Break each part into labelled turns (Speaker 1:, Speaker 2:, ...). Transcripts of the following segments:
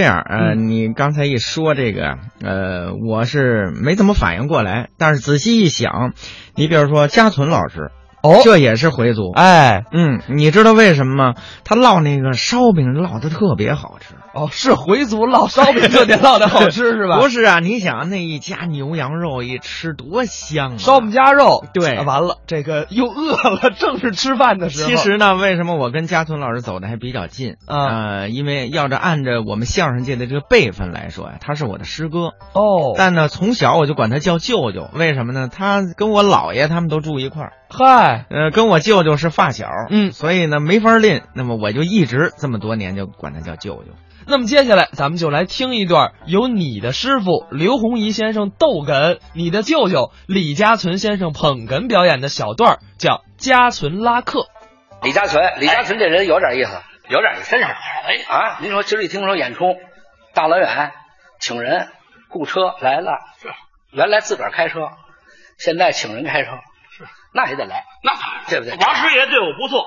Speaker 1: 这样，呃，
Speaker 2: 嗯
Speaker 1: 你刚才一说这个，呃，我是没怎么反应过来，但是仔细一想，你比如说家存老师，
Speaker 2: 哦，
Speaker 1: 这也是回族，
Speaker 2: 哎，
Speaker 1: 嗯，你知道为什么吗？他烙那个烧饼烙的特别好吃，
Speaker 2: 哦，是回族烙烧饼就得烙的好 吃是吧？
Speaker 1: 不是啊，你想那一家牛羊肉一吃多香啊！
Speaker 2: 烧饼夹肉，
Speaker 1: 对
Speaker 2: 啊完了，这个又饿了，正是吃饭的时候。
Speaker 1: 其实呢，为什么我跟家屯老师走的还比较近？
Speaker 2: 啊，
Speaker 1: 呃，因为要着按着我们相声界的这个辈分来说呀，他是我的师哥。
Speaker 2: 哦，
Speaker 1: 但呢，从小我就管他叫舅舅，为什么呢？他跟我姥爷他们都住一块儿，
Speaker 2: 嗨，
Speaker 1: 呃，跟我舅舅是发小，
Speaker 2: 嗯
Speaker 1: 所以呢没法吝。那么我就一直这么多年就管他叫舅舅。
Speaker 2: 那么接下来咱们就来听一段由你的师傅刘洪怡先生逗哏，你的舅舅李家存先生捧哏表演的小段儿，叫《家存拉客》。
Speaker 3: 李嘉存，李嘉存这人有点意思，有点意思，真是
Speaker 4: 哎
Speaker 3: 啊！您说今儿一听说演出，大老远请人雇车来了，
Speaker 4: 是
Speaker 3: 原来自个儿开车，现在请人开车，
Speaker 4: 是
Speaker 3: 那也得来，
Speaker 4: 那当然，
Speaker 3: 对不对
Speaker 4: 王师爷对我不错，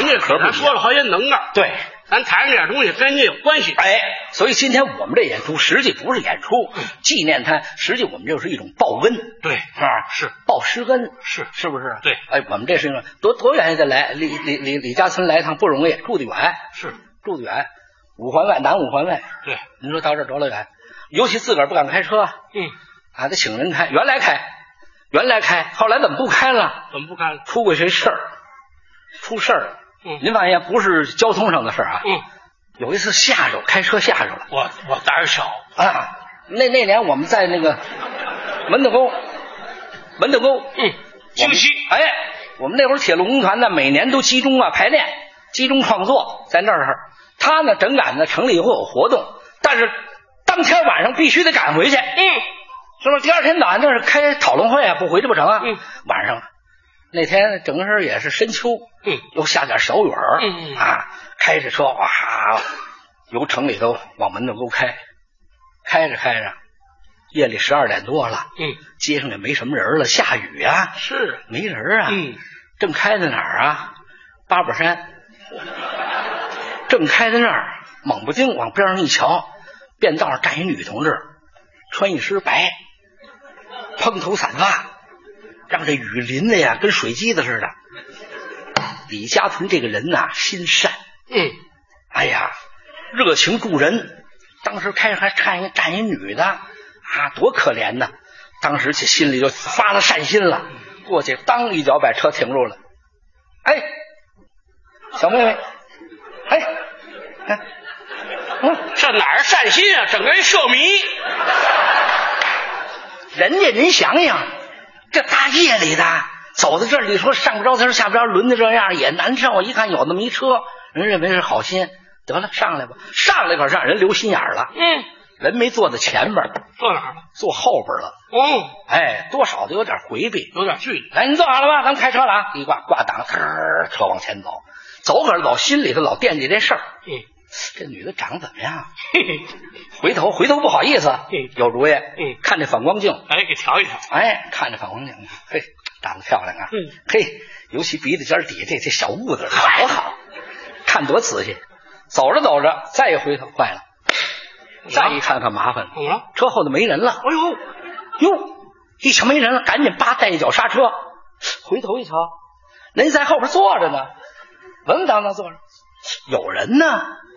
Speaker 4: 人家可
Speaker 3: 不一样
Speaker 4: 咱说了好些能耐，
Speaker 3: 对。
Speaker 4: 咱谈这点东西跟人家有关系。
Speaker 3: 哎，所以今天我们这演出实际不是演出，
Speaker 4: 嗯
Speaker 3: 纪念他，实际我们就是一种报恩，是
Speaker 4: 对，
Speaker 3: 吧？
Speaker 4: 啊是
Speaker 3: 报师恩，
Speaker 4: 是
Speaker 3: 是不是？
Speaker 4: 对
Speaker 3: 哎，我们这是多多远也得来，李李李李家村来一趟不容易，住得远，
Speaker 4: 是，
Speaker 3: 住得远，五环外南五环外，
Speaker 4: 对，
Speaker 3: 您说到这儿多老远，尤其自个儿不敢开车，啊，
Speaker 4: 嗯，
Speaker 3: 得请人开。原来开，原来开，后来怎么不开了？
Speaker 4: 怎么不干了？
Speaker 3: 出过谁事儿？出事儿了。
Speaker 4: 嗯
Speaker 3: 您发现不是交通上的事儿啊？
Speaker 4: 嗯，
Speaker 3: 有一次吓着，开车吓着了
Speaker 4: 我我胆儿小，
Speaker 3: 啊！那那年我们在那个门头沟，门头沟，
Speaker 4: 嗯，京西
Speaker 3: 哎，我们那会儿铁路工团呢，每年都集中啊排练，集中创作，在那儿。他呢，整赶呢，城里会有活动，但是当天晚上必须得赶回去。嗯，是不是？第二天早上那是开讨论会啊，不回去不成啊。
Speaker 4: 嗯，
Speaker 3: 晚上那天整个是也是深秋，
Speaker 4: 嗯，
Speaker 3: 又下点小雨儿，
Speaker 4: 嗯嗯
Speaker 3: 啊，开着车哇，由城里头往门头沟开，开着开着，夜里十二点多了，
Speaker 4: 嗯，
Speaker 3: 街上也没什么人了，下雨啊，
Speaker 4: 是，
Speaker 3: 没人儿啊。
Speaker 4: 嗯，
Speaker 3: 正开在哪儿啊？八宝山。正开在那儿，猛不丁往边上一瞧，便道上站一女同志，穿一身白，蓬头散发，让这雨淋的呀，跟水鸡子似的。李嘉诚这个人呐、心善，
Speaker 4: 嗯，
Speaker 3: 哎呀，热情助人。当时开始还看一站一女的，啊，多可怜呐！当时这心里就发了善心了，过去当一脚把车停住了。哎，小妹妹，哎，哎，嗯，
Speaker 4: 这哪儿善心啊？整个一社迷，
Speaker 3: 人家您想想，这大夜里的走到这里，说上不着天下不着轮的这样也难受。一看有那么一车，人认为是好心，得了，上来吧，上来可是让人留心眼儿了。
Speaker 4: 嗯，
Speaker 3: 人没坐在前边儿，
Speaker 4: 坐哪儿了？
Speaker 3: 坐后边儿了，
Speaker 4: 哦，
Speaker 3: 哎，多少都有点回避。
Speaker 4: 有点距离，
Speaker 3: 来，您坐好了吧？咱们开车了啊！一挂挂档，嘚儿，车往前走。走可是走，心里头老惦记这事儿。
Speaker 4: 嗯，
Speaker 3: 这女的长得怎么样？
Speaker 4: 嘿嘿，
Speaker 3: 回头回头不好意思
Speaker 4: 嗯，
Speaker 3: 有主意。
Speaker 4: 嗯，
Speaker 3: 看这反光镜，
Speaker 4: 哎，给调一调，
Speaker 3: 哎，看这反光镜，嘿，长得漂亮啊。
Speaker 4: 嗯，
Speaker 3: 嘿，尤其鼻子尖儿底下这这小痦子，多好，看多仔细。走着走着，再一回头，坏了，
Speaker 4: 嗯
Speaker 3: 再一看看麻烦了，
Speaker 4: 怎么了？
Speaker 3: 车后头没人了。
Speaker 4: 哎呦，
Speaker 3: 哟，一瞧没人了，赶紧叭带一脚刹车，回头一瞧，人在后边坐着呢，稳稳当当坐着，有人呢。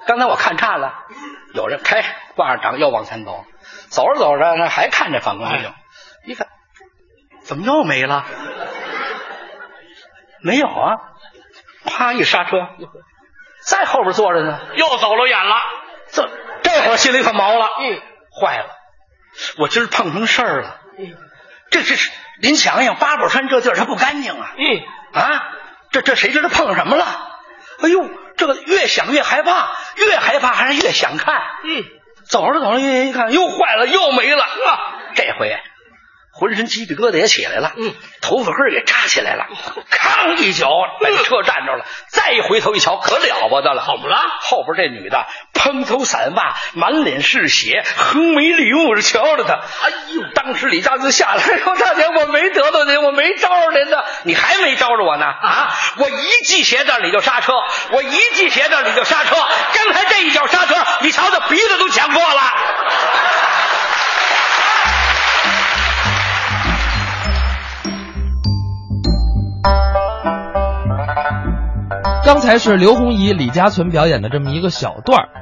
Speaker 3: 刚才我看岔了，有人开挂上档要往前走，走着走着呢还看这反光
Speaker 4: 哎
Speaker 3: 镜，一看怎么又没了？没有啊！啪一刹车，在后边坐着呢。
Speaker 4: 又走了眼了，
Speaker 3: 这这会儿心里可毛了，
Speaker 4: 嗯，
Speaker 3: 坏了，我今儿碰成事儿了。
Speaker 4: 嗯
Speaker 3: 这这是您想想，八宝山这地儿它不干净啊
Speaker 4: 嗯，
Speaker 3: 啊！这这谁知道碰什么了？哎呦，这个越想越害怕，越害怕还是越想看。
Speaker 4: 嗯，
Speaker 3: 啊走着走着，一看，又坏了，又没了。呵这回浑身鸡皮疙瘩也起来了，
Speaker 4: 嗯，
Speaker 3: 头发根儿给扎起来了，吭一脚把这车站着了，再一回头一瞧，可了不得了，
Speaker 4: 怎么了
Speaker 3: 后边这女的蓬头散发，满脸是血，横眉立目的瞧着他。哎呦！当时李大哥下来说：“大姐，我没得罪您，我没招着您呢，你还没招着我呢啊！我一系鞋带儿你就刹车，我一系鞋带儿你就刹车，刚才这一脚刹车，你瞧他鼻子都抢破了。”
Speaker 2: 刚才是刘洪怡、李家存表演的这么一个小段儿